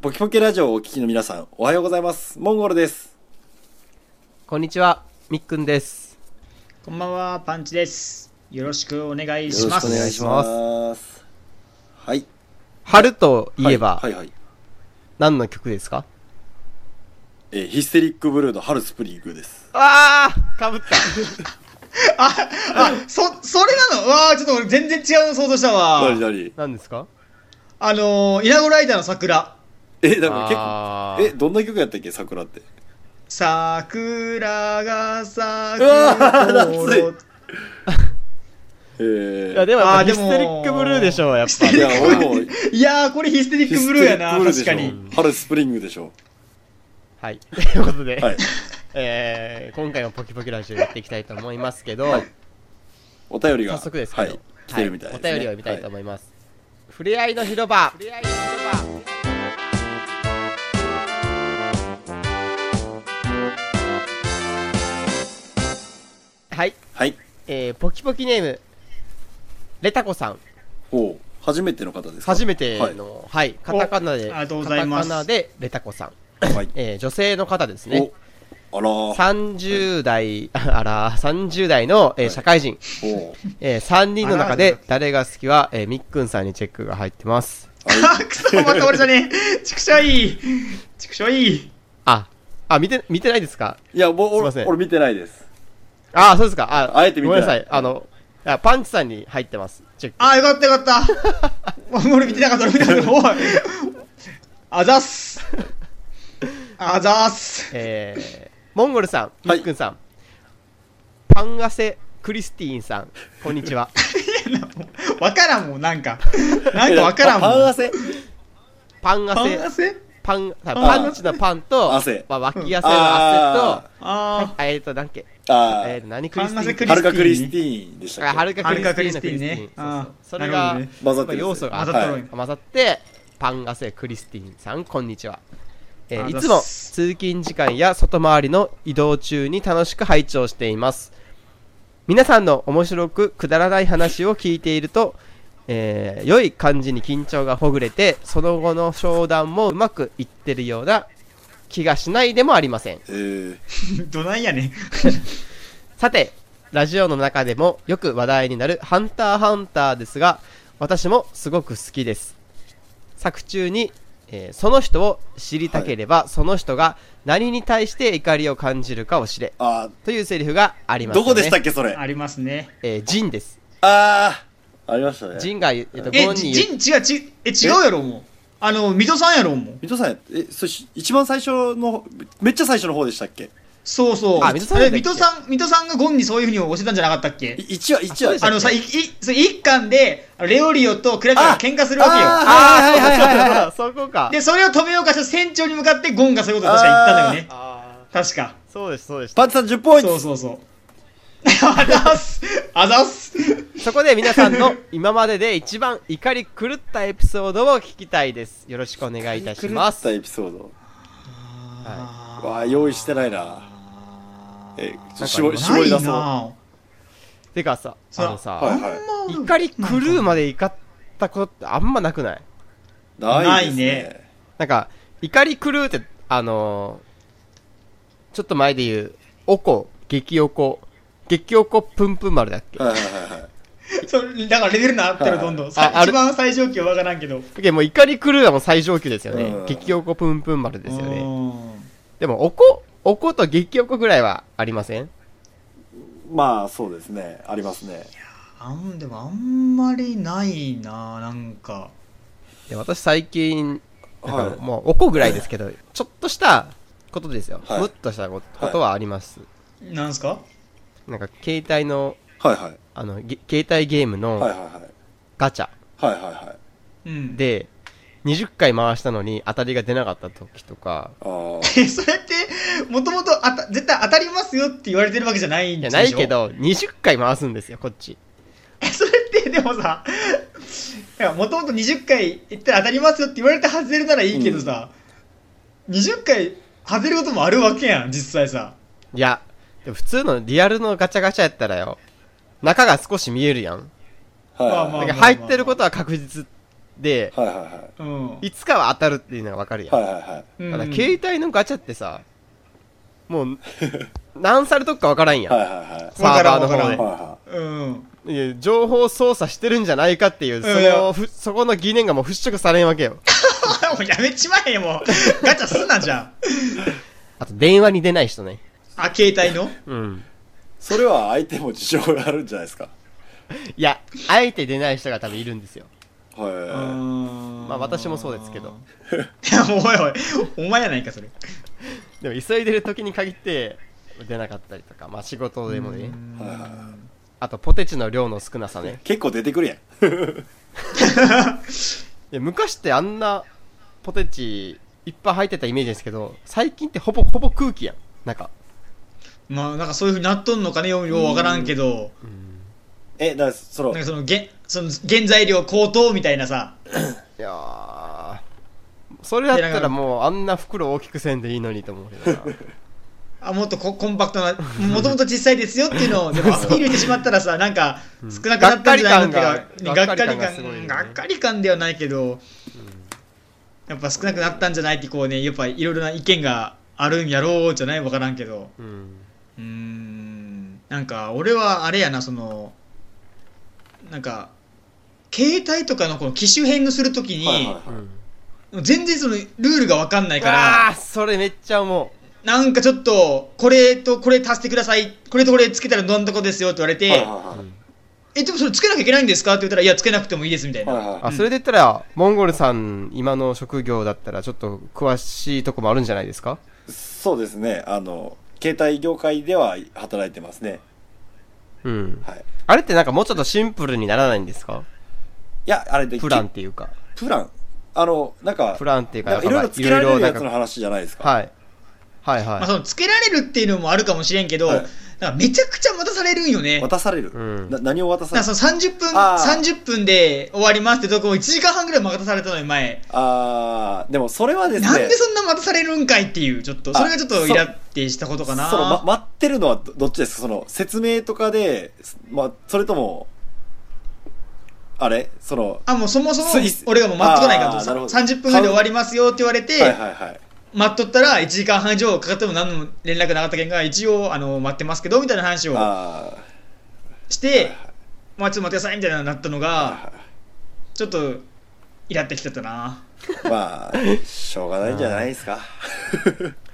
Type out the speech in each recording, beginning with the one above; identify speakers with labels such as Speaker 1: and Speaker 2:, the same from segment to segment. Speaker 1: ポキポキラジオをお聞きの皆さん、おはようございます。モンゴルです。
Speaker 2: こんにちは、みっくんです。
Speaker 3: こんばんは、パンチです。よろしくお願い
Speaker 1: よ
Speaker 3: し
Speaker 1: ろ
Speaker 3: ま
Speaker 1: し
Speaker 3: す。
Speaker 1: くお願いします。はい。
Speaker 2: 春といえば
Speaker 1: はい、はいはい。
Speaker 2: 何の曲ですか
Speaker 1: えーヒステリックブルーの春スプリングです。
Speaker 2: あーかぶった。
Speaker 3: あ、そ、それなのうわあちょっと俺全然違うの想像した
Speaker 1: な
Speaker 3: わ
Speaker 1: に。なに
Speaker 2: 何ですか
Speaker 3: あのー、イナゴライダーの桜。
Speaker 1: え、なんか
Speaker 2: あ
Speaker 1: 結構、え、
Speaker 2: ー
Speaker 1: どんな曲やったっけ桜って。
Speaker 3: 桜が咲く
Speaker 1: うわー
Speaker 3: 頃
Speaker 1: え
Speaker 2: いや、
Speaker 1: ー。
Speaker 2: でもやっぱ
Speaker 3: あーで
Speaker 2: ヒ
Speaker 3: も
Speaker 2: ステリックブルーでしょう、やっぱ。
Speaker 1: いや、俺も、ヒ
Speaker 3: いやー、これヒステリックブルーやな、確
Speaker 1: ステ
Speaker 3: か
Speaker 1: リックブルーで
Speaker 3: に。
Speaker 1: しょ。春スプリングでしょ。
Speaker 2: はい。ということで、
Speaker 1: はい。
Speaker 2: えー今回もポキポキラジオやっていきたいと思いますけど、
Speaker 1: はいお便りが。
Speaker 2: 早速ですけ
Speaker 1: は
Speaker 2: ど、
Speaker 1: い。来てるみたいですね。
Speaker 2: お便りを見たいと
Speaker 1: は
Speaker 2: 思います。ふれあいの広場。ふれあいの広場。はい。
Speaker 1: はい。
Speaker 2: えー、ポキポキネーム、レタコさん。
Speaker 1: ほう。初めての方ですか
Speaker 2: 初めての、はい、カタカナで、
Speaker 3: ありが
Speaker 2: カ
Speaker 3: とうござい
Speaker 2: タ
Speaker 3: ま
Speaker 2: カ
Speaker 3: す
Speaker 2: ナでレタコさん。
Speaker 1: はい。はい
Speaker 2: えー、女性の方ですね。
Speaker 1: おあらー。
Speaker 2: 30代、あら、30代の、えー社会人。
Speaker 1: ほう。
Speaker 2: えー、3人の中で誰が好きは、えー、みっくんさんにチェックが入ってます。
Speaker 1: はい。
Speaker 3: あ、くそ、また俺じゃねえ。ちくしょい。ちくしょい。
Speaker 2: あ、あ、見て、見てないですか
Speaker 1: いや、もう
Speaker 2: すいませ
Speaker 1: 俺、
Speaker 2: ん
Speaker 1: 俺見てないです。
Speaker 2: あ、そうですか。あ、
Speaker 1: あえて見て
Speaker 2: ご
Speaker 1: な
Speaker 2: め
Speaker 1: い
Speaker 2: んなさい。あの、あパンチさんに入ってます。チェック。
Speaker 3: あ、よかったよかった。俺見てなかった、俺見てなかった。おい。あざっす。あざっす。
Speaker 2: えー、モンゴルさん、
Speaker 1: は
Speaker 2: み
Speaker 1: い
Speaker 2: っくんさん、パンガセ、クリスティーンさん、こんに ちは。
Speaker 3: わからんもん、なんか。なんかわからんも
Speaker 1: パン
Speaker 3: ん。
Speaker 1: 汗
Speaker 2: パンガ
Speaker 3: パ
Speaker 2: セ
Speaker 3: ン、汗
Speaker 2: パン、あ
Speaker 3: あ
Speaker 2: パンチのパンと、
Speaker 1: 汗
Speaker 2: まあ、脇汗の汗と、
Speaker 1: あ
Speaker 3: あ
Speaker 2: はいえっと、なんだっけ、
Speaker 1: あ
Speaker 2: えっ
Speaker 1: ー
Speaker 2: と、何ク
Speaker 3: パ
Speaker 2: リ
Speaker 3: ン
Speaker 2: ス
Speaker 3: ガ
Speaker 2: テ
Speaker 3: セ
Speaker 2: ィーン
Speaker 3: ク
Speaker 1: あ、は
Speaker 3: リ
Speaker 1: る
Speaker 3: ス
Speaker 1: かクリス
Speaker 3: ティーンね
Speaker 1: ティーンでした
Speaker 2: あ
Speaker 1: っ
Speaker 2: は
Speaker 1: け
Speaker 2: るかクリスティーンのクリスティーン
Speaker 3: はるかクリスティーンね
Speaker 2: そうそう
Speaker 3: あー
Speaker 2: それ
Speaker 3: な
Speaker 2: が
Speaker 3: るほどね
Speaker 1: 混ざってる
Speaker 2: 要素が
Speaker 3: 混ざってる
Speaker 1: はい
Speaker 2: 混ざってパンガセクリスティーンさんこんにちは、えー
Speaker 3: あ
Speaker 2: い
Speaker 3: ざっ
Speaker 2: つも
Speaker 3: す
Speaker 2: 通勤時間や外回りの移動中に楽しく拝聴しています皆さんの面白くくだらない話を聞いていると、えー良い感じに緊張がほぐれてその後の商談もうまくいってるような気がしないでもありません
Speaker 1: えー、
Speaker 3: ー。どない やねん。
Speaker 2: さて、ラジオの中でもよく話題になるハンターハンターですが、私もすごく好きです。作中に、えーその人を知りたければ、その人が何に対して怒りを感じるかを知れ。
Speaker 1: あ
Speaker 2: というセリフがあり
Speaker 1: ー
Speaker 2: ます、ね。
Speaker 1: どこでしたっけそれ
Speaker 3: ありますね。
Speaker 2: えージンです。
Speaker 1: あーありましたね
Speaker 2: ジンが、えっと、
Speaker 3: え
Speaker 2: ゴ、ンに言う
Speaker 3: ジン、違う、ち、え、違うやろ、もう。あの、水戸さんやろ、もう。
Speaker 1: 水戸さんえそし一番最初のめっちゃ最初の方でしたっけ
Speaker 3: そうそう。
Speaker 2: あ水戸さんや
Speaker 3: え
Speaker 2: ったっけ
Speaker 3: 水戸さん、水戸さんがゴンにそういうふうに教えたんじゃなかったっ
Speaker 1: い
Speaker 3: け
Speaker 1: 一話一話
Speaker 2: あそうでし
Speaker 3: あ
Speaker 2: た
Speaker 3: のさ、い、い、そう一巻で、あのレオリオとクラビが喧嘩するわけよ。
Speaker 2: あー、
Speaker 1: あー
Speaker 2: はいはいはいはい。そこか。
Speaker 3: で、それを止めようかした船長に向かってゴンがそういうことを確か言ったんだよね。
Speaker 2: あ
Speaker 3: 確か。
Speaker 2: ーそうです、そうです。
Speaker 1: パンツさん10ポイン
Speaker 3: そ
Speaker 1: ト
Speaker 3: うそうそう。 あざっす。あざっす。
Speaker 2: そこで皆さんの今までで一番怒り狂ったエピソードを聞きたいです。よろしくお願いいたしま
Speaker 1: 狂
Speaker 2: す
Speaker 1: っ。たエピソード
Speaker 3: あー
Speaker 1: わあ用意してないなえちょっと絞り
Speaker 2: なん
Speaker 1: 絞り出そうは
Speaker 3: な
Speaker 2: てかさ、あ
Speaker 3: さ
Speaker 2: のさ、
Speaker 1: い
Speaker 3: あ
Speaker 1: は
Speaker 2: 怒り狂うまで怒ったことってあんまなくない
Speaker 1: いないです
Speaker 3: ない
Speaker 1: ね
Speaker 2: なんか、怒り狂うって、あのーちょっと前で言う、おこ、激おこ、激おこぷんぷん丸だっけ
Speaker 1: はいはいはいはい
Speaker 3: それだからレベルなってるどんどん、さ
Speaker 2: ああれ
Speaker 3: 一番最上級はわからんけど
Speaker 2: けどもう怒り狂うはもう最上級ですよ
Speaker 1: うん
Speaker 2: ね。激おこぷんぷん丸ですよ
Speaker 3: う
Speaker 2: ね。
Speaker 3: ーん
Speaker 2: でも、おこ、おこと激おこぐらいはありません
Speaker 1: まあそうですねありますね
Speaker 3: あんでもあんまりないななんか
Speaker 2: で私最近なん
Speaker 1: は
Speaker 2: か
Speaker 1: い
Speaker 2: もうおこぐらいですけど、ちょっとしたことですよ、
Speaker 1: はい
Speaker 2: むっとしたことはあります、
Speaker 3: なんすか
Speaker 2: なんか携帯の
Speaker 1: はいはい
Speaker 2: あのゲ携帯ゲーム
Speaker 1: はいはい
Speaker 2: の
Speaker 1: はい
Speaker 2: ガチャ
Speaker 1: はいはいはい
Speaker 3: うんで
Speaker 2: で20回回したのに当たりが出なかった時とか
Speaker 1: あー
Speaker 3: それってもともとあた絶対当たりますよって言われてるわけじゃないん
Speaker 2: い
Speaker 3: で
Speaker 2: や
Speaker 3: しょ
Speaker 2: ないけど20回回すんですよこっち
Speaker 3: それってでもさもともと20回言ったら当たりますよって言われて外れるならいいけどさ、20回外れることもあるわけやん実際さ
Speaker 2: いやでも普通のリアルのガチャガチャやったらよ中が少し見えるやん
Speaker 1: はい
Speaker 3: まあまあ
Speaker 2: だけど入ってることは確実で、
Speaker 1: はいはいはい
Speaker 3: うん。
Speaker 2: いつかは当たるっていうのがわかるやん。
Speaker 1: はいはいはい
Speaker 3: うん
Speaker 2: ただ、携帯のガチャってさ、もう、何されとくかわからんやん。
Speaker 1: はいはいはい
Speaker 2: サーバーの
Speaker 3: わからん
Speaker 2: 方
Speaker 3: わから
Speaker 2: で
Speaker 3: ん。
Speaker 1: は
Speaker 3: うん。
Speaker 2: いや情報操作してるんじゃないかっていう、その、ふそこの疑念がもう払拭されんわけよ。
Speaker 3: もうやめちまえよ、もう。ガチャすんなじゃん。
Speaker 2: あと、電話に出ない人ね。
Speaker 3: あ、携帯の
Speaker 2: うん。
Speaker 1: それは相手も事情があるんじゃないですか
Speaker 2: いや、あえて出ない人が多分いるんですよ。
Speaker 1: は
Speaker 2: ま
Speaker 3: ま
Speaker 2: あ私もそうですけど。
Speaker 3: いや、おいおい、お前やないか、それ。
Speaker 2: でも、急いでる時に限って、出なかったりとか、まあ仕事でもね。
Speaker 1: いはいは
Speaker 2: あと、ポテチの量の少なさね
Speaker 1: い。結構出てくるやん
Speaker 2: いや昔ってあんなポテチいっぱい入ってたイメージですけど、最近ってほぼほぼ空気やん。なんか。
Speaker 3: まあ、なんかそういうふうになっとんのかね、ようようわからんけど、
Speaker 1: えだからその
Speaker 3: なんかその、げその原材料高騰みたいなさ、
Speaker 2: いやーそれだったらもうあんな袋大きくせんでいいのにと思うけ どな
Speaker 3: あもっとココンパクトな、 もともと小さいですよっていうのを、でもアピールしてしまったらさ、なんか
Speaker 2: うん
Speaker 3: 少なくなったんじゃないのって
Speaker 2: がっかり感が
Speaker 3: がっ
Speaker 2: がっか
Speaker 3: かり
Speaker 2: り感がすごいよね
Speaker 3: 感、がっかり感ではないけど、やっぱ少なくなったんじゃないって、こうね、やっぱいろいろな意見があるんやろうじゃないわからんけど。
Speaker 2: うん
Speaker 3: うーんなんか俺はあれやなそのなんか携帯とかのこの機種変のするときに、
Speaker 1: はいはいは
Speaker 2: う
Speaker 1: い
Speaker 2: ん
Speaker 3: 全然そのルールが分かんないから
Speaker 2: あーそれめっちゃ思
Speaker 3: なんかちょっとこれとこれ足してくださいこれとこれつけたらどんなとこですよって言われて、
Speaker 1: はいは
Speaker 2: う、
Speaker 1: いはい
Speaker 3: えでもそれつけなきゃいけないんですかって言ったらいやつけなくてもいいですみたいな、
Speaker 1: はいは
Speaker 2: あそれで言ったらモンゴルさん今の職業だったらちょっと詳しいとこもあるんじゃないですか
Speaker 1: いそうですねあの携帯業界では働いてますね
Speaker 2: うん
Speaker 1: はいい
Speaker 2: あれってなんかもうちょっとシンプルにならないんですか
Speaker 1: やあれで
Speaker 2: プランっていうか
Speaker 1: プランあのなんか
Speaker 2: プランっていうか
Speaker 1: なんかいろいろつけられるやつの
Speaker 2: はい
Speaker 1: 話じゃないですか
Speaker 2: はいはい
Speaker 3: まあ、そのつけられるっていうのもあるかもしれんけど、
Speaker 1: はい
Speaker 3: なんかめちゃくちゃ待たされるんよね
Speaker 1: 渡される、
Speaker 2: うん
Speaker 1: な何を渡さ
Speaker 3: な
Speaker 1: れ
Speaker 3: ん
Speaker 1: る
Speaker 3: かその30分
Speaker 1: あー
Speaker 3: 30分で終わりますってとこを1時間半ぐらい待たされたのに前
Speaker 1: あーでもそれはですね
Speaker 3: なんでそんな待たされるんかいっていう、ちょっと、
Speaker 1: あ
Speaker 3: それがちょっとイラってしたことかな。
Speaker 1: その、ま、待ってるのはどどっちですかその説明とかで、すま、それともあれその
Speaker 3: あ、もうそもそも
Speaker 1: スイス
Speaker 3: 俺がもう待っとかない
Speaker 1: あ
Speaker 3: か
Speaker 1: ー
Speaker 3: と。
Speaker 1: なるほど
Speaker 3: 30分ぐらいで終わりますよって言われて、
Speaker 1: はいはいはい
Speaker 3: 待っとったら1時間半以上かかっても何の連絡なかったけんが、一応、あの、待ってますけど、みたいな話を
Speaker 1: あ
Speaker 3: して、まあちょっと待ってください、みたいなのになったの
Speaker 1: あ
Speaker 3: が、ちょっと、イラってきちゃったな。
Speaker 1: まあしょうがないんじゃないですか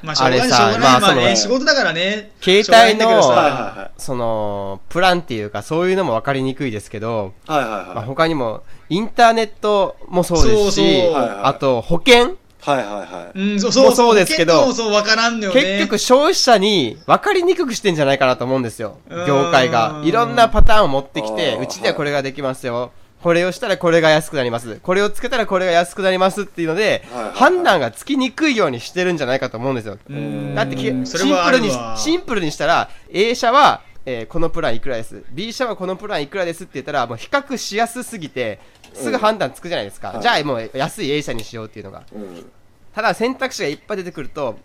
Speaker 3: まあしょうがない、
Speaker 2: あれ
Speaker 3: しょう
Speaker 2: さ
Speaker 3: がない。ま
Speaker 2: ま
Speaker 3: あ
Speaker 2: あ
Speaker 1: そ
Speaker 3: ね、
Speaker 1: の
Speaker 3: 仕事だからね。
Speaker 2: 携
Speaker 3: しょうがない
Speaker 2: 帯
Speaker 3: んだけど
Speaker 2: の
Speaker 3: さ
Speaker 1: はいはいはい
Speaker 2: そのプランっていうかそういうのも分かりにくいですけど、
Speaker 1: はいはい
Speaker 2: まあ、
Speaker 1: はい
Speaker 2: 他にもインターネットもそうですし
Speaker 3: そうそう
Speaker 2: あと保険
Speaker 1: はいはいはい
Speaker 3: うん、そうそう
Speaker 2: もうそうですけど
Speaker 3: 結構そう、わからんのよね。
Speaker 2: 結局消費者に分かりにくくしてんじゃないかなと思うんですよ
Speaker 3: うーん
Speaker 2: 業界がいろんなパターンを持ってきて
Speaker 1: あー
Speaker 2: うちではこれができますよこれをしたらこれが安くなりますこれをつけたらこれが安くなりますっていうので
Speaker 1: はいはいはい
Speaker 2: 判断がつきにくいようにしてるんじゃないかと思うんですよ
Speaker 3: うん
Speaker 2: だってきシン
Speaker 3: それはあ
Speaker 2: プ
Speaker 3: る
Speaker 2: ルに
Speaker 3: わ
Speaker 2: シンプルにしたら A 社は、えーこのプランいくらです B 社はこのプランいくらですって言ったらもう比較しやすすぎてすぐ判断つくじゃないですか、
Speaker 1: はい
Speaker 2: じゃあもう安い A 社にしようっていうのが
Speaker 1: うん
Speaker 2: ただ選択肢がいっぱい出てくると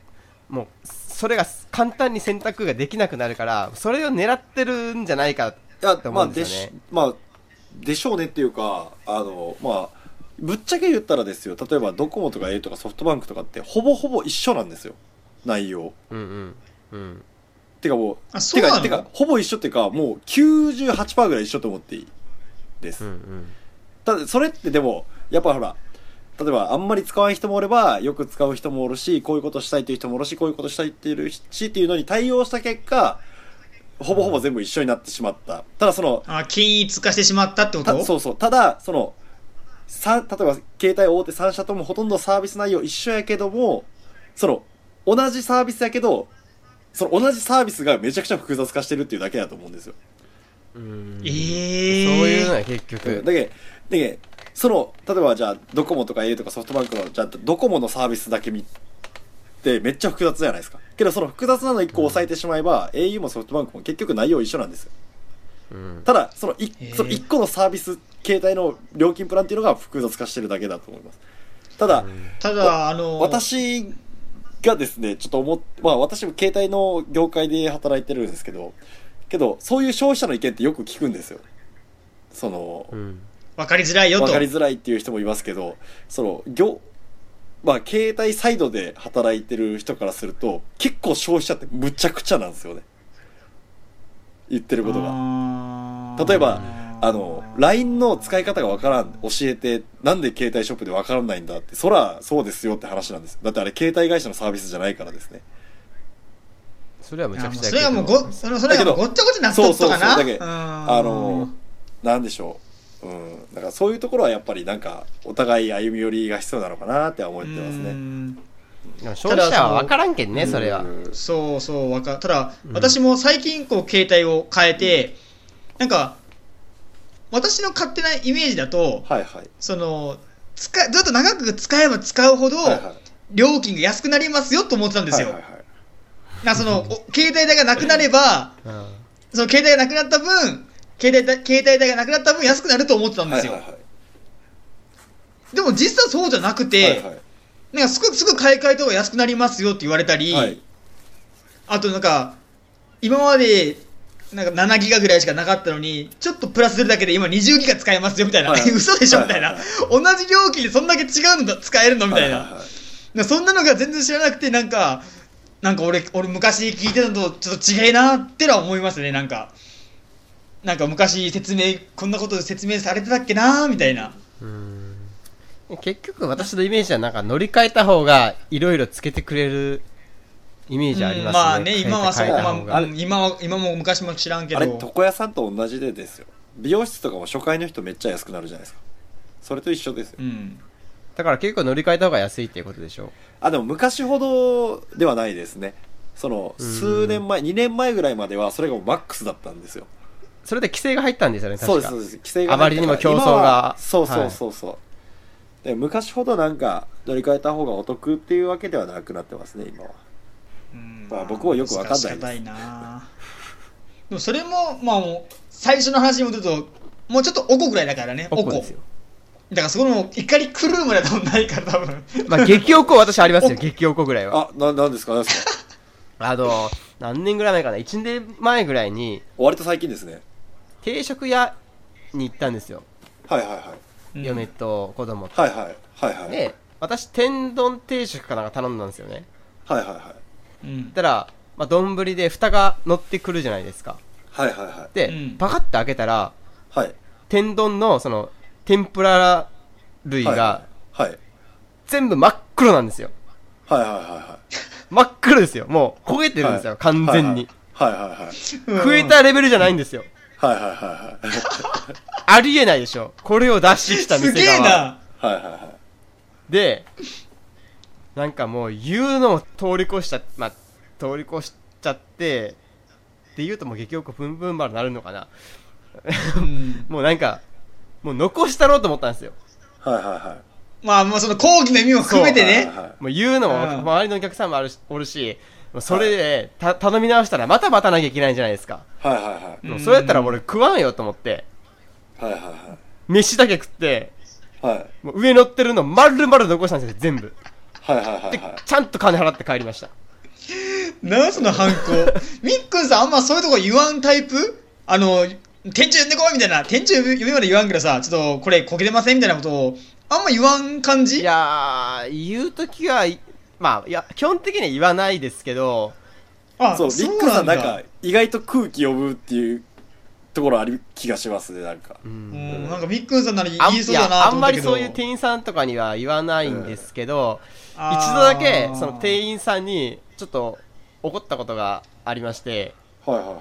Speaker 2: もうそれが簡単に選択ができなくなるからそれを狙ってるんじゃないか
Speaker 1: いや
Speaker 2: と
Speaker 1: ま
Speaker 2: 思う
Speaker 1: あ
Speaker 2: んで
Speaker 1: です
Speaker 2: よ
Speaker 1: し
Speaker 2: ね、
Speaker 1: まあでしょうねっていうかあのまあぶっちゃけ言ったらですよ例えばドコモとか A とかソフトバンクとかってほぼほぼ一緒なんですよ内容
Speaker 2: うんうんうん
Speaker 1: てかもう
Speaker 3: あそう
Speaker 1: て
Speaker 3: なの
Speaker 1: かてかほぼ一緒っていうかもう98%ぐらい一緒と思っていいです、
Speaker 2: うんうん
Speaker 1: ただそれってでもやっぱほら例えばあんまり使わない人もおればよく使う人もおるしこういうことしたいという人もおるしこういうことしたいっていうしっていうのに対応した結果ほぼほぼ全部一緒になってしまったただその
Speaker 3: あ、均一化してしまったってこと
Speaker 1: たそうそうただそのさ例えば携帯大手3社ともほとんどサービス内容一緒やけどもその同じサービスやけどその同じサービスがめちゃくちゃ複雑化してるっていうだけだと思うんですよ
Speaker 2: うん
Speaker 3: ええ
Speaker 2: そう
Speaker 3: ー。
Speaker 2: いうのは結
Speaker 1: うん
Speaker 2: 局
Speaker 1: だけだけその例えばじゃあドコモとか au とかソフトバンクのじゃあドコモのサービスだけ見てめっちゃ複雑じゃないですかけどその複雑なの1個抑えてしまえば、au もソフトバンクも結局内容一緒なんですよ
Speaker 2: うん
Speaker 1: ただその
Speaker 3: へえ
Speaker 1: 1, その一個のサービス携帯の料金プランっていうのが複雑化してるだけだと思いますただ、
Speaker 3: ただ、あの、
Speaker 1: 私がですねちょっと思っまあ私も携帯の業界で働いてるんですけどけどそういう消費者の意見ってよく聞くんですよその、
Speaker 2: うん
Speaker 3: 分かりづらいよ
Speaker 1: 分
Speaker 3: と
Speaker 1: かりづらいっていう人もいますけどその業まあ携帯サイドで働いてる人からすると結構消費者ってむちゃくちゃなんですよね言ってることが
Speaker 3: あー
Speaker 1: 例えばあの LINE の使い方が分からん教えてなんで携帯ショップで分からないんだってそらそうですよって話なんですだってあれ携帯会社のサービスじゃないからですね
Speaker 2: それはむ
Speaker 3: い
Speaker 2: ちゃく
Speaker 3: やもう
Speaker 2: ちゃ
Speaker 3: それはもうごそれそれ
Speaker 1: だけ
Speaker 3: はも
Speaker 1: ど
Speaker 3: うごっちゃごちゃなっとっと
Speaker 1: そうそ
Speaker 3: かな
Speaker 1: うそうだけ
Speaker 3: あ
Speaker 1: あのなんでしょううんだからそういうところはやっぱりなんかお互い歩み寄りが必要なのかなって思ってますね
Speaker 2: でも消費者は分からんけんね
Speaker 1: うん
Speaker 2: それは
Speaker 3: そうそうわかただ、
Speaker 2: うん
Speaker 3: 私も最近こう携帯を変えてなんか私の勝手なイメージだと
Speaker 1: はいはい
Speaker 3: その使いずっと長く使えば使うほど
Speaker 1: はいはい
Speaker 3: 料金が安くなりますよと思ってたんですよ、
Speaker 1: はいはいはい
Speaker 3: なそのお携帯代がなくなれば
Speaker 2: うん
Speaker 3: その携帯がなくなった分携帯代携帯代がなくなった分安くなると思ってたんですよ、
Speaker 1: はいはいはい
Speaker 3: でも実際そうじゃなくて、
Speaker 1: はい
Speaker 3: なんかすぐすぐ買い替えた方が安くなりますよって言われたり、
Speaker 1: はいはい
Speaker 3: あとなんか、今まで、なんか7ギガぐらいしかなかったのに、ちょっとプラスするだけで今20ギガ使えますよみたいな。
Speaker 1: はい
Speaker 3: 嘘でしょみたいな、
Speaker 1: はいはい
Speaker 3: 同じ料金でそんだけ違うのだ使えるのみたいな。
Speaker 1: はいはいはい
Speaker 3: なんかそんなのが全然知らなくて、なんか、なんか俺、俺昔聞いてたのとちょっと違えなってのは思いますね、なんか。なんか昔説明、こんなこと説明されてたっけなみたいな。
Speaker 2: うん結局私のイメージはなんか乗り換えた方がいろいろつけてくれるイメージありますね、
Speaker 3: まあね、今はそう、
Speaker 2: 変えた
Speaker 3: ま
Speaker 2: 方が
Speaker 3: あ、今は、今も昔も知らんけど。
Speaker 1: あれ床屋さんと同じでですよ美容室とかも初回の人めっちゃ安くなるじゃないですかそれと一緒ですよ
Speaker 3: うん。
Speaker 2: だから結構乗り換えた方が安いっていうことでしょ
Speaker 1: あでも昔ほどではないですねその
Speaker 2: うん
Speaker 1: 数年前2年前ぐらいまではそれがもうマックスだったんですよ
Speaker 2: それで規制が入ったんですよね確
Speaker 1: そう
Speaker 2: か
Speaker 1: ですそうです規制が
Speaker 2: あまりにも競争が
Speaker 1: 今はそう
Speaker 2: は
Speaker 1: そ
Speaker 2: いう
Speaker 1: そうそう、で昔ほどなんか乗り換えた方がお得っていうわけではなくなってますね今は
Speaker 3: うん
Speaker 1: まあ僕もよくわかんないです
Speaker 3: 仕方いなでもそれも、まあもう、最初の話に戻ると、もうちょっとおこぐらいだからね、お
Speaker 2: お
Speaker 3: こ。
Speaker 2: こ
Speaker 3: だ
Speaker 2: ですよ
Speaker 3: か、らそこの怒り狂うまでは多分ないから、多分。
Speaker 2: まあ、激おこは私ありますよ
Speaker 3: お
Speaker 2: 激おこぐらいは
Speaker 1: あななんですかなんですか
Speaker 2: あの何年ぐらい前かな1年前ぐらいに
Speaker 1: 割と最近ですね
Speaker 2: 定食屋に行ったんですよ、
Speaker 1: はいはいはい
Speaker 2: 嫁と子供と
Speaker 1: はいはいはいはい
Speaker 2: で私天丼定食かなんか頼んだんですよね
Speaker 1: はいはいはい
Speaker 3: うん
Speaker 2: そし。たら、まあ、丼で蓋が乗ってくるじゃないですか
Speaker 1: はいはいはい
Speaker 2: で、
Speaker 3: うん
Speaker 2: パカッて開けたら
Speaker 1: はい
Speaker 2: 天丼のその天ぷら類が
Speaker 1: はいはい
Speaker 2: 全部真っ黒なんですよ
Speaker 1: はいはいは
Speaker 2: 真っ黒ですよもう焦げて
Speaker 1: い
Speaker 2: るん
Speaker 1: はい
Speaker 2: ですよ、完全に、
Speaker 1: はいはいはいはい
Speaker 2: 食えたレベルじゃないんですよ
Speaker 1: はいはいはい
Speaker 2: ありえないでしょこれを出してきた
Speaker 3: すげ
Speaker 2: 店側
Speaker 3: えな。
Speaker 1: はいはいはいはい
Speaker 2: でなんかもう言うのを通り越しちゃまあ通り越しちゃってって言うともう激おこブンブン丸なるのかな
Speaker 3: うん
Speaker 2: もうなんかもう残したろうと思ったんですよ
Speaker 1: はいはいはい
Speaker 3: まあ、もうその講義の意味も含めてね。
Speaker 2: もう言うのも、
Speaker 3: うん
Speaker 2: 周りのお客さんもあるしおるし、もうそれで、た頼み直したらまた待たなきゃいけないじゃないですか。
Speaker 1: はいはいは
Speaker 3: う
Speaker 1: い
Speaker 3: ん
Speaker 2: もうそれやったら俺食わんよと思って、
Speaker 1: はいはいは
Speaker 2: 飯だけ食って、
Speaker 1: いはい
Speaker 2: もう上乗ってるの丸々残したんですよ、全部。
Speaker 1: はいはいはい
Speaker 2: で
Speaker 1: はい、
Speaker 2: ちゃんと金払って帰りました。
Speaker 3: なその反抗。みっくんさん、あんまそういうとこ言わんタイプあの、店長呼んでこいみたいな。店長呼び呼びまで言わんけどさ、ちょっとこれこけてませんみたいなことを、あんま言わん感じ
Speaker 2: いやー、言うときは、いまあ、いや、基本的には言わないですけど、
Speaker 3: あ
Speaker 1: そうビッグさんなんか意外と空気呼ぶっていうところある気がしますねなんか、
Speaker 2: う。
Speaker 3: うんん、なんかみっくんさんなら
Speaker 2: あん
Speaker 3: 言
Speaker 2: い
Speaker 3: いそうだ
Speaker 2: や
Speaker 3: な
Speaker 2: あ
Speaker 3: と
Speaker 2: ん
Speaker 3: 思っ
Speaker 2: ま
Speaker 3: た
Speaker 2: り
Speaker 3: け
Speaker 2: そ
Speaker 3: ど
Speaker 2: ういう店員さんとかには言わないんですけど、一
Speaker 3: あ
Speaker 2: 度
Speaker 3: ー
Speaker 2: だけその店員さんにちょっと怒ったことがありまして、
Speaker 1: はいはいはい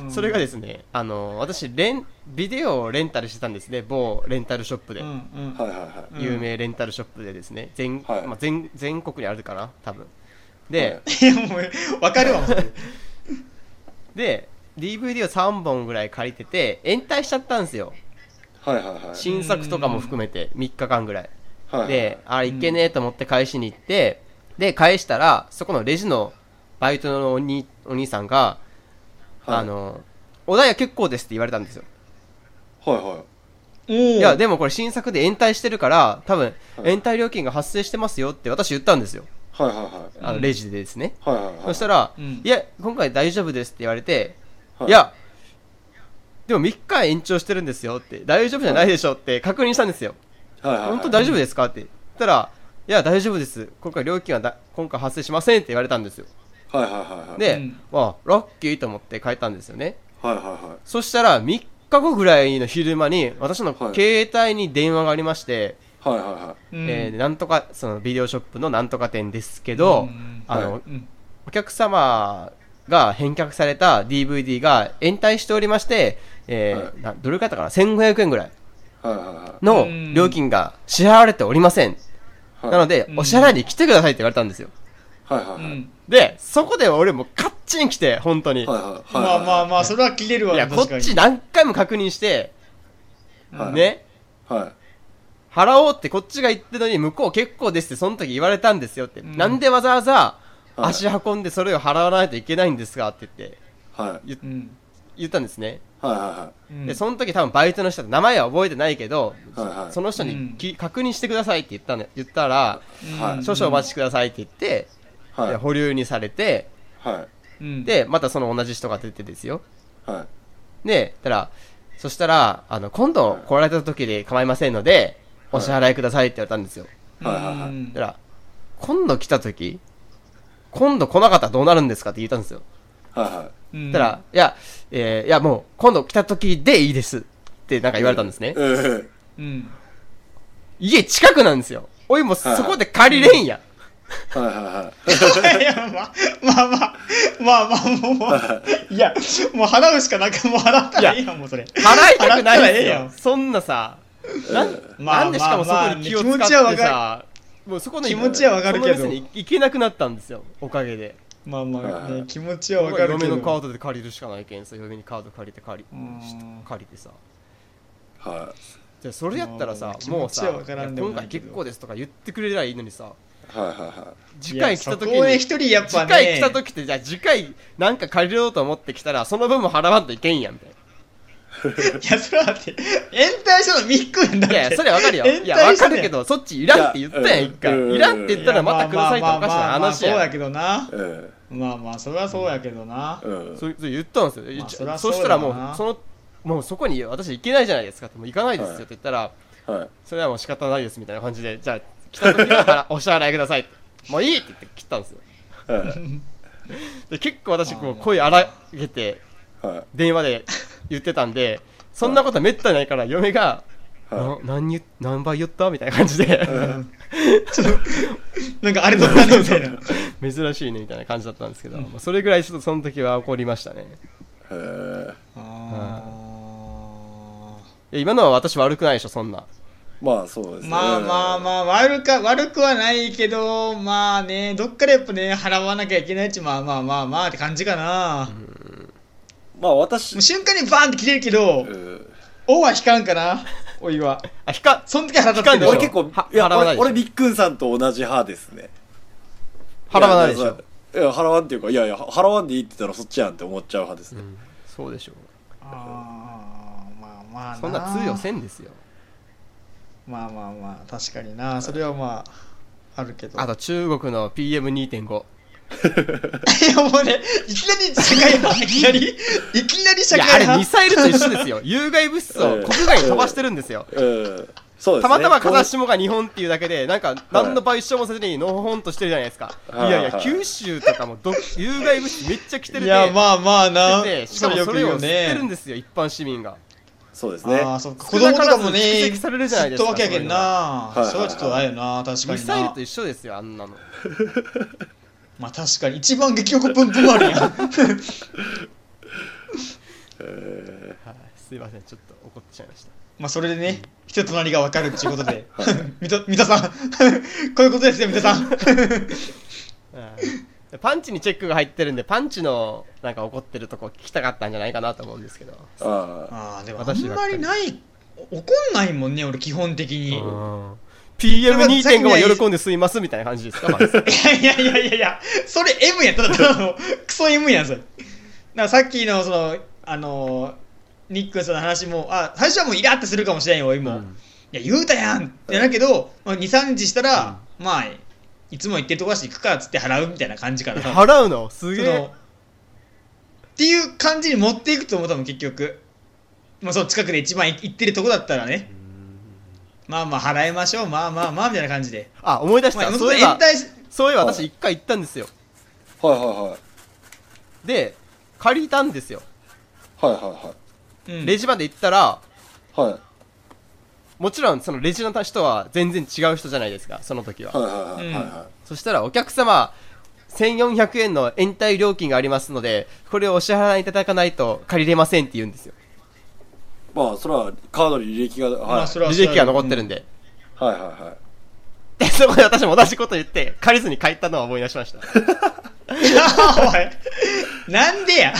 Speaker 3: うん
Speaker 2: それがですね、あの、私、レン、ビデオをレンタルしてたんですね、某レンタルショップで
Speaker 3: うん。うん
Speaker 1: はいはいはい
Speaker 2: 有名レンタルショップでですね、全、
Speaker 1: はい
Speaker 2: まあ、全、全国にあるかな、多分。で、
Speaker 3: いやもう分かるわもうそれ
Speaker 2: で、DVD を3本ぐらい借りてて、延滞しちゃったんですよ。
Speaker 1: はいはいはいはい
Speaker 2: 新作とかも含めて、3日間ぐらい。
Speaker 1: はい
Speaker 2: で、あ、いけねえと思って返しに行って、で、返したら、そこのレジのバイトのおにお兄さんが、
Speaker 1: はい
Speaker 2: あの、お題は結構ですって言われたんですよ。
Speaker 1: はいはい
Speaker 3: お
Speaker 2: い
Speaker 3: い
Speaker 2: や、でもこれ新作で延滞してるから、多分、
Speaker 1: はい
Speaker 2: 延滞料金が発生してますよって私言ったんですよ。
Speaker 1: はいはいはい
Speaker 2: あ
Speaker 3: う
Speaker 2: の、
Speaker 3: ん
Speaker 2: レジでですね。
Speaker 1: はいはいはい
Speaker 2: そしたら、
Speaker 3: うん
Speaker 2: いや、今回大丈夫ですって言われて、
Speaker 1: はい
Speaker 2: いや、でも3日延長してるんですよって、大丈夫じゃないでしょって確認したんですよ。
Speaker 1: はいはい、はい。
Speaker 2: 本当大丈夫ですかって言ったら、いや、大丈夫です。今回料金はだ今回発生しませんって言われたんですよ。
Speaker 1: 夫はいはいはいはい。
Speaker 2: で、
Speaker 3: うん
Speaker 2: まあ、ラッキーと思って帰ったんですよね。
Speaker 1: はいはいはい。
Speaker 2: そしたら3日後ぐらいの昼間に、私の携帯に電話がありまして、
Speaker 1: はいはいはい。
Speaker 3: うん
Speaker 2: えーなんとか、そのビデオショップのなんとか店ですけど、
Speaker 3: うん
Speaker 2: あの、
Speaker 1: は
Speaker 3: うん
Speaker 2: お客様が返却された DVD が延滞しておりまして、えー
Speaker 1: は
Speaker 2: などれくらいだったかな ?1500 円ぐらい
Speaker 1: はいはいは
Speaker 2: の
Speaker 3: うん
Speaker 2: 料金が支払われておりません。
Speaker 1: い。
Speaker 2: なの、で
Speaker 3: う、ん
Speaker 2: お支払いに来てくださいって言われたんですよ。
Speaker 1: はいはいは
Speaker 3: う
Speaker 1: い。
Speaker 3: ん
Speaker 2: で、そこで俺もカッチン来て、本当に。
Speaker 1: はい
Speaker 2: い
Speaker 1: はい
Speaker 3: ま
Speaker 1: はい。
Speaker 3: あまあまあ、
Speaker 1: は
Speaker 3: それは切れるわ。
Speaker 2: や、こ
Speaker 3: 確
Speaker 2: っ
Speaker 3: かに
Speaker 2: ち何回も確認して、
Speaker 1: はい
Speaker 2: ね、
Speaker 1: い。はい。
Speaker 2: 払おうってこっちが言ってるのに、向こう結構ですって、その時言われたんですよって。
Speaker 3: うん
Speaker 2: なんでわざわざ
Speaker 1: はい
Speaker 2: 足運んでそれを払わないといけないんですかって言って、
Speaker 1: はい。
Speaker 3: うん
Speaker 2: 言ったんですね。
Speaker 1: はいは
Speaker 3: うん
Speaker 2: で、その時多分バイトの人、名前は覚えてないけど、
Speaker 1: いはい。はいはい。
Speaker 2: その人にき、確認してくださいって言ったの言ったら、
Speaker 1: はい
Speaker 2: 少々お待ちくださいって言って、
Speaker 1: はい
Speaker 2: で保留にされて、
Speaker 1: はい。
Speaker 3: うん、
Speaker 2: で、またその同じ人が出てですよ。
Speaker 1: はい。
Speaker 2: で、たら、そしたら、あの、今度来られた時で構いませんので、お支払いくださいって言われたんですよ。
Speaker 1: はいはいはい
Speaker 3: うん
Speaker 2: たら、今度来た時今度来なかったらどうなるんですかって言ったんですよ。
Speaker 1: はいはい。
Speaker 3: うん
Speaker 2: たら、いや、えーいやもう、今度来た時でいいですってなんか言われたんですね。
Speaker 1: え
Speaker 3: うん
Speaker 2: 家近くなんですよ。おいもうそこで借りれんや。
Speaker 1: え。はいはいはい。
Speaker 3: いや、まあ、まあまあ、まあまあ、もう、もういや、もう払うしかなく、もう払ったらいいやん、もうそれ。
Speaker 2: 払いたくないん
Speaker 3: 払ったらえ
Speaker 2: で
Speaker 3: え
Speaker 2: す
Speaker 3: や
Speaker 2: よ。
Speaker 3: ん
Speaker 2: そんなさ、なん
Speaker 3: まあ
Speaker 2: なんでしかもそこに気を使っ
Speaker 3: まあまあまあね気持ちはわ
Speaker 2: て
Speaker 3: か
Speaker 2: さ、もうそこの
Speaker 3: 気持ちはわかるけど
Speaker 2: その店に行けなくなったんですよ、おかげで。
Speaker 3: まあまあ、
Speaker 1: は
Speaker 3: ね、
Speaker 1: い
Speaker 3: 気持ちはわかるけ
Speaker 2: 嫁のカー
Speaker 3: ど。
Speaker 2: ドで借りるしかないけんさ、嫁にカード借りて借り
Speaker 3: うん
Speaker 2: し借りてさ。
Speaker 1: は
Speaker 2: じゃあそれやったらさ
Speaker 3: まあ、まあ
Speaker 2: もうさ、
Speaker 3: 気持ちはわからんでも
Speaker 2: 今
Speaker 3: な
Speaker 2: 回
Speaker 3: いけど
Speaker 2: 結構ですとか言ってくれりゃいいのにさ、
Speaker 1: い。はいはいは
Speaker 2: 次回来た時
Speaker 3: いやそこへ
Speaker 2: に、
Speaker 3: 一人やっぱ
Speaker 2: 次
Speaker 3: ね。
Speaker 2: 回来た時って、じゃあ次回なんか借りようと思ってきたら、その分も払わんといけんやんみたいな。
Speaker 3: いや、それは待って、延滞したのミックやんだっ
Speaker 2: い
Speaker 3: て。
Speaker 2: やい や、それはわかるよ。
Speaker 3: 延滞
Speaker 2: いや、わ
Speaker 3: し
Speaker 2: か
Speaker 3: てね
Speaker 2: るけど、そっちいらんって言ったや
Speaker 1: い
Speaker 2: ん、
Speaker 1: や
Speaker 2: 一回。
Speaker 1: うん
Speaker 2: いらんって言ったらまたくださいっておかしな話
Speaker 3: まあまあまあまあまあそう
Speaker 2: や
Speaker 3: や
Speaker 2: ん。
Speaker 3: けどな。
Speaker 1: い。え
Speaker 3: まあまあ、それはそうやけどな
Speaker 1: え。。うん。
Speaker 2: そうそう言ったんですよ。
Speaker 3: まあ
Speaker 2: 一
Speaker 3: そりゃ
Speaker 2: そ
Speaker 3: そう
Speaker 2: し
Speaker 3: だ
Speaker 2: た
Speaker 3: な
Speaker 2: らもう、その、もうそこに私行けないじゃないですかって、もう行かないですよって言ったら、
Speaker 1: はい。
Speaker 2: それはもう仕方ないですみたいな感じで、じゃあ、来た時は払お支払いくださいって。もういいって言って切ったんですよ。
Speaker 1: はい。
Speaker 2: で結構私、こう、声荒げて、
Speaker 1: はい。
Speaker 2: 電話で言ってたんで、そんなことめったにないから、嫁が、
Speaker 1: は
Speaker 2: な何言っ何倍言ったみたいな感じで、
Speaker 3: ちょっと、なんかあれとったねみたい な。
Speaker 2: 珍しいねみたいな感じだったんですけど、まあそれぐらいちょっとその時は怒りましたね
Speaker 1: い。ええ。
Speaker 3: あー
Speaker 2: いや今のは私悪くないでしょそんな
Speaker 1: まあそうですね。
Speaker 3: まあまあまあ悪か悪くはないけどまあねどっかでやっぱね払わなきゃいけないっちまあまあまあまあって感じかな、も
Speaker 1: まあ私
Speaker 3: う、瞬間にバーンって切れるけど
Speaker 1: うん
Speaker 3: 「お」は引かんかなおいは
Speaker 2: あ引か
Speaker 3: そん時は払ったけ
Speaker 2: 引かんでしょ
Speaker 1: 俺
Speaker 3: ど
Speaker 1: 結構
Speaker 2: は、
Speaker 1: いや、
Speaker 2: 払わないで
Speaker 1: 俺
Speaker 2: し
Speaker 1: 俺、
Speaker 2: ょ
Speaker 1: ビックンさんと同じ派ですね。
Speaker 2: 払わないでしょ
Speaker 1: や。いや、払わんっていうか、いやいや、払わんでいいって言ったらそっちやんって思っちゃう派です
Speaker 2: う
Speaker 1: ね。
Speaker 2: んそうでしょ
Speaker 3: あーまあまあ
Speaker 2: そんな通用せんですよ
Speaker 3: まあまあまあ確かになそれはまああるけど
Speaker 2: あと中国の PM2.5
Speaker 3: いやもうねいきなり社 会派いきなりいきなり社
Speaker 2: いや
Speaker 3: 会
Speaker 2: あれ
Speaker 3: 派
Speaker 2: ミサイルと一緒です よ有害物質を国外に飛ばしてるんですよ
Speaker 1: うん。そうですね。
Speaker 2: たまたま風
Speaker 1: こ
Speaker 2: 下が日本っていうだけでなんか何の賠償もせずにのほほんとしてるじゃないですか、
Speaker 1: はい
Speaker 2: い、やい
Speaker 1: は
Speaker 2: や
Speaker 1: い
Speaker 2: 九州とかもど有害物質めっちゃ来てる
Speaker 3: い
Speaker 2: で
Speaker 3: やまあまあな
Speaker 2: でしかもそれを知ってるん
Speaker 3: ね
Speaker 2: ですよ一般市民が
Speaker 1: うそうですね。
Speaker 3: ああ、そっか。子
Speaker 2: 少な
Speaker 3: 供と
Speaker 2: から
Speaker 3: か
Speaker 2: ず
Speaker 3: もね、
Speaker 2: 蓄積されるじゃないですか
Speaker 3: 知っとわけやけんな。
Speaker 1: そういうの
Speaker 3: それはちょっとあれやな、確か
Speaker 2: ミ
Speaker 3: に
Speaker 2: サイル
Speaker 3: な
Speaker 2: と。一緒ですよあんなの
Speaker 3: まあ確かに、一番激おこぷんぷんあ るやん。
Speaker 1: え
Speaker 2: はい、すいません、ちょっと怒ってしまいました。
Speaker 3: まあそれでね、人となりがわかるっていうことで。 みと、みとさん、こういうことですよ、みとさん。
Speaker 2: うんパンチにチェックが入ってるんで、パンチのなんか怒ってるとこ聞きたかったんじゃないかなと思うんですけど。
Speaker 1: ーあ
Speaker 3: ああ、でもあ
Speaker 2: 私
Speaker 3: ん
Speaker 2: ばっ
Speaker 3: ま
Speaker 2: かり
Speaker 3: りない、怒んないもんね、俺基本的に。い
Speaker 2: PM2.5 は喜んですいますみたいな感じです か、まず
Speaker 3: やいやいやいやいや、それ M やった だただの、クソ M やん、それ。だからさっきの、その、あの、ニックさんの話も、あ、最初はもうイラってするかもしれんよ、俺も。
Speaker 2: うん
Speaker 3: いや、言うたやんってなるけど、まあ、2、3日したら、まあ、いつも行ってるとこだし行くかっつって払うみたいな感じ かな。そ
Speaker 2: 払うのすげ
Speaker 3: の
Speaker 2: え。
Speaker 3: っていう感じに持っていくと思う、多分結局。まあ、そう近くで一番行ってるとこだったらねまあまあ払いましょうまあまあまあみたいな感じで、
Speaker 2: あ、思い出し
Speaker 3: ま
Speaker 2: た。
Speaker 3: あ、
Speaker 2: そういえ
Speaker 3: 延
Speaker 2: ば、
Speaker 3: 滞し
Speaker 2: そういえば私一回行ったんですよ。
Speaker 1: はいはい
Speaker 2: で、借りたんですよ。
Speaker 1: はいは
Speaker 3: うん
Speaker 2: レジまで行ったら、
Speaker 1: いはいはい
Speaker 2: もちろんそのレジの人は全然違う人じゃないですか、その時は。
Speaker 1: はいはいはいはいはい
Speaker 2: そしたらお客様、1400円の延滞料金がありますので、これをお支払いいただかないと借りれませんって言うんですよ。
Speaker 1: まあそれはカードに履歴がはい、
Speaker 3: まあそれは
Speaker 2: 履歴が残ってるんで。
Speaker 1: はいはいはい
Speaker 2: で、そこで私も同じこと言って、借りずに帰ったのを思い出し ました。
Speaker 3: おい なんで や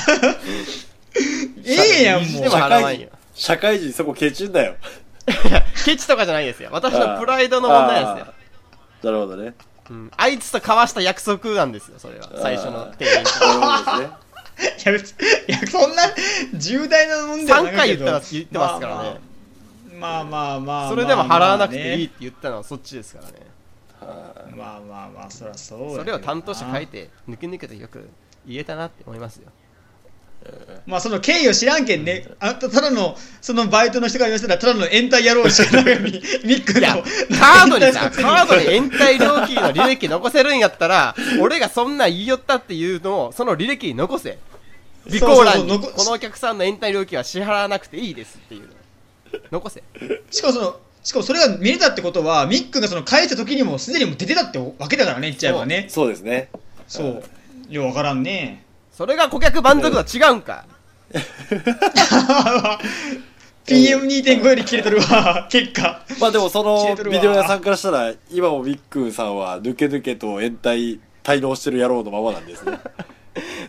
Speaker 3: ええやんもう
Speaker 2: でも払わんよ。
Speaker 1: 社会人そこケチんだよ
Speaker 2: いやケチとかじゃないですよ。私の プライドの問題なんですよ。
Speaker 1: なるほどね
Speaker 2: うん、あいつと交わした約束なんですよ、それは。最初の店 員と。
Speaker 1: なるほどですね
Speaker 3: いや別にいやそんな重大な問題は
Speaker 2: 3
Speaker 3: ない
Speaker 2: 回
Speaker 3: け
Speaker 2: 言っ
Speaker 3: ど
Speaker 2: たら言ってますからね。
Speaker 3: まあまあまあまあ
Speaker 2: それでも払わなくていいっ
Speaker 3: い
Speaker 2: て言ったのはそっちですからね。
Speaker 3: まあまあまあそりゃそうだけど
Speaker 2: そ
Speaker 3: な
Speaker 2: れを担当者書いて、抜け抜けとよく言えたなって思いますよ。
Speaker 3: まあその経緯を知らんけんねあなたただのそのバイトの人が言わせたらただの延滞野郎しかないみミック
Speaker 2: いや
Speaker 3: の、
Speaker 2: カード にさ、カードに延滞料金の履歴残せるんやった ら、俺がそんなん言いよったっていうのを、その履歴に残せ。備考欄
Speaker 3: そう
Speaker 2: に、
Speaker 3: そうそう残
Speaker 2: このお客さんの延滞料金は支払わなくていいですっていうの。残せ。
Speaker 3: しかもそのしかもそれが見えたってことはミックがその返した時にもすでにもう出てたってわけだからね言っちゃえばね
Speaker 1: そうですね
Speaker 3: そうようわからんね
Speaker 2: それが顧客満足度は違うんか。
Speaker 3: PM2.5 より切れとるわ結果
Speaker 1: まあでもそ
Speaker 3: 切れ
Speaker 1: の
Speaker 3: てるわ
Speaker 1: ビデオ屋さんからしたら今もビックンさんは抜け抜けと延滞滞納してる野郎のままなんですね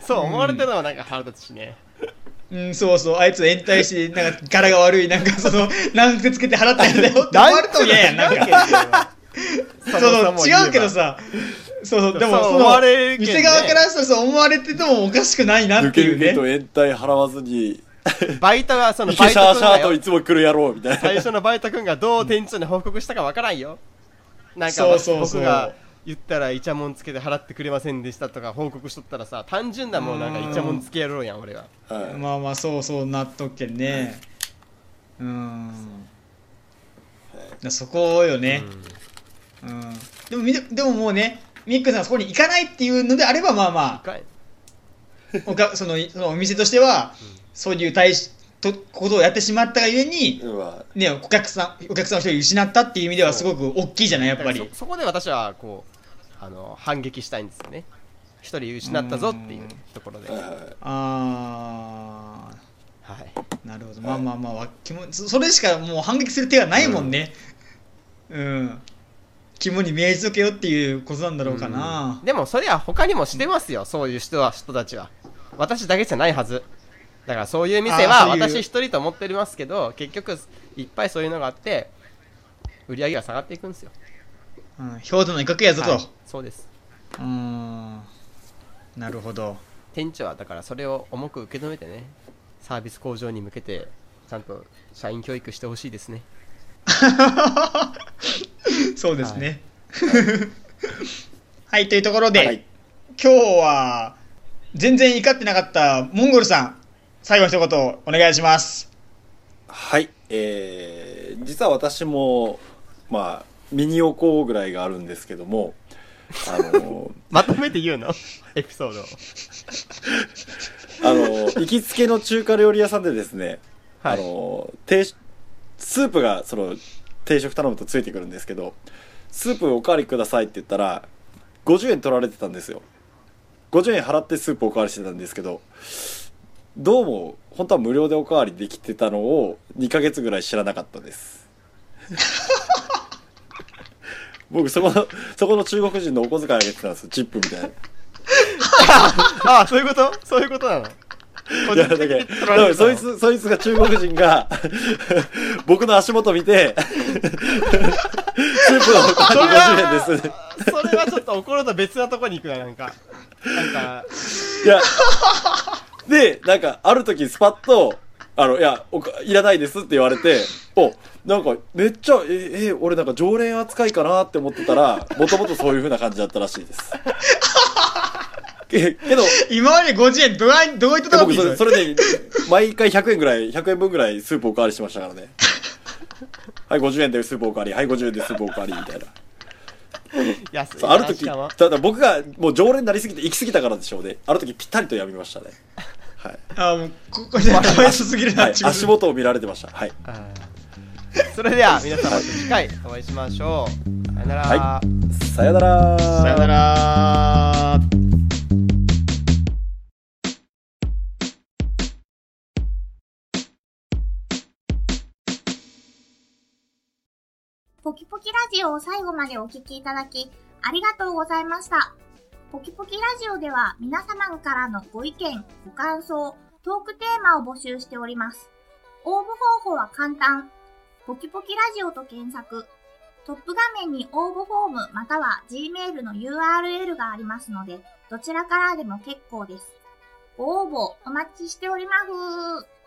Speaker 2: そう思われてるのはなんか腹立つしね。
Speaker 3: うん、そうそう、あいつ延滞して、なんか柄が悪い、なんかその、何癖つけて払ったんだよって思われると嫌やん、なんか。
Speaker 2: そ
Speaker 3: そう、違うけど。さ、そうそう、でも
Speaker 2: そう
Speaker 3: そ
Speaker 2: 思
Speaker 3: の
Speaker 2: われる、けどね
Speaker 3: 店側からしたらそう思われててもおかしくない な
Speaker 1: 抜
Speaker 3: って
Speaker 1: け
Speaker 3: いう
Speaker 1: 抜けと
Speaker 3: ね。
Speaker 1: 延滞払わずに
Speaker 2: バイトが、その
Speaker 1: イケ
Speaker 2: バイ
Speaker 1: シ
Speaker 2: ト
Speaker 1: ャー
Speaker 2: 君
Speaker 1: シャ
Speaker 2: が
Speaker 1: ーとい
Speaker 2: よ、
Speaker 1: つも来る野郎みたいな
Speaker 2: 最初のバイト君がどう店長に報告したかわからんよ。なんか
Speaker 3: そうそうそ
Speaker 2: 僕
Speaker 3: う
Speaker 2: が言ったらイチャモンつけて払ってくれませんでしたとか報告しとったらさ、単純なもうなんかイチャモンつけやろうやん、俺は。
Speaker 1: はい
Speaker 3: まあまあ、そうそう、なっとっけんね。うん。そこよね。うん。でもみ、でももうね、ミックさんがそこに行かないっていうのであれば、まあまあ、
Speaker 2: かい
Speaker 3: おかそのそのお店としては、そういう対しとことをやってしまったがゆえに、
Speaker 1: うわ
Speaker 3: ね、お客さんお客さんを一人失ったっていう意味ではすごく大きいじゃないやっぱり
Speaker 2: そそこで私は、こう、あの、反撃したいんですよね。一人失ったぞっていうところで。
Speaker 1: はい
Speaker 2: は
Speaker 1: はい
Speaker 3: あ
Speaker 2: い。
Speaker 3: ーなるほどまあまあまあわ気もそそれしかもう反撃する手がないもんねうん、肝に銘じとけよっていうことなんだろうかな、
Speaker 2: でもそれは他にもしてますよ、そういう人は人たちは私だけじゃないはずだからそういう店
Speaker 3: あー
Speaker 2: は
Speaker 3: そういう
Speaker 2: 私一人と思ってますけど結局いっぱいそういうのがあって売り上げが下がっていくんですよ
Speaker 3: うん表土の威嚇やぞと、
Speaker 2: はいそうです
Speaker 3: うーんなるほど
Speaker 2: 店長はだからそれを重く受け止めてねサービス向上に向けてちゃんと社員教育してほしいですね
Speaker 3: そうですね。 はい、というところで、
Speaker 1: はい
Speaker 3: 今日は全然怒ってなかったモンゴルさん、最後の一言お願いします。
Speaker 1: はい、えー、実は私も、まあ、ミニおこぐらいがあるんですけども、あの、
Speaker 2: まとめて言うのエピソードを
Speaker 1: あの、行きつけの中華料理屋さんでですね、
Speaker 2: は
Speaker 1: あ
Speaker 2: い
Speaker 1: の、定食スープが、その、定食頼むとついてくるんですけど、スープおかわりくださいって言ったら、50円取られてたんですよ。50円払ってスープおかわりしてたんですけど、どうも、本当は無料でおかわりできてたのを、2ヶ月ぐらい知らなかったです。僕、そこの、そこの中国人のお小遣いあげてたんですよ。チップみたいな。
Speaker 2: ああそういうことそういうことなの
Speaker 1: いや、だけど、だ
Speaker 2: られ
Speaker 1: から
Speaker 2: てた
Speaker 1: そ
Speaker 2: の
Speaker 1: いつ、そいつが中国人が、 僕の足元見 て、スープの他に50円です。
Speaker 2: それはちょっと怒ると別なとこに行くななんかなんか
Speaker 1: いや、で、なんか、ある時スパッと、あの、いや、おかいらないですって言われて、お、なんか、めっちゃ、え、え、俺なんか常 連扱いかなって思ってたら、もともとそういう風な感じだったらしいです。けけど、
Speaker 3: 今まで50円どがい、どこ行ってたの
Speaker 1: 僕それ、そ
Speaker 3: れ
Speaker 1: れで、毎回100円ぐらい、100円分ぐらいスープおかわりしてましたからね。はい、50円でスープおかわり、はい、50円でスープおかわり、みたいな。
Speaker 2: 安い
Speaker 1: そう
Speaker 2: な
Speaker 1: ある時
Speaker 2: しかも
Speaker 1: ただ僕がもう常連になりすぎて行き過ぎたからでしょうねある時ぴったりとやみましたねはい、
Speaker 3: あー、もう、ここじゃかわいそうすぎるな、
Speaker 1: はい、
Speaker 3: 自分
Speaker 1: 足元を見られてましたはい
Speaker 2: あーそれでは皆さんまた次回お会いしましょうさよなら、
Speaker 1: はさよなら
Speaker 3: さよなら
Speaker 4: ポキポキラジオを最後までお聞きいただき、ありがとうございました。ポキポキラジオでは皆様からのご意見、ご感想、トークテーマを募集しております。応募方法は簡単。ポキポキラジオと検索。トップ画面に応募フォームまたは Gmail の URL がありますので、どちらからでも結構です。ご応募お待ちしております。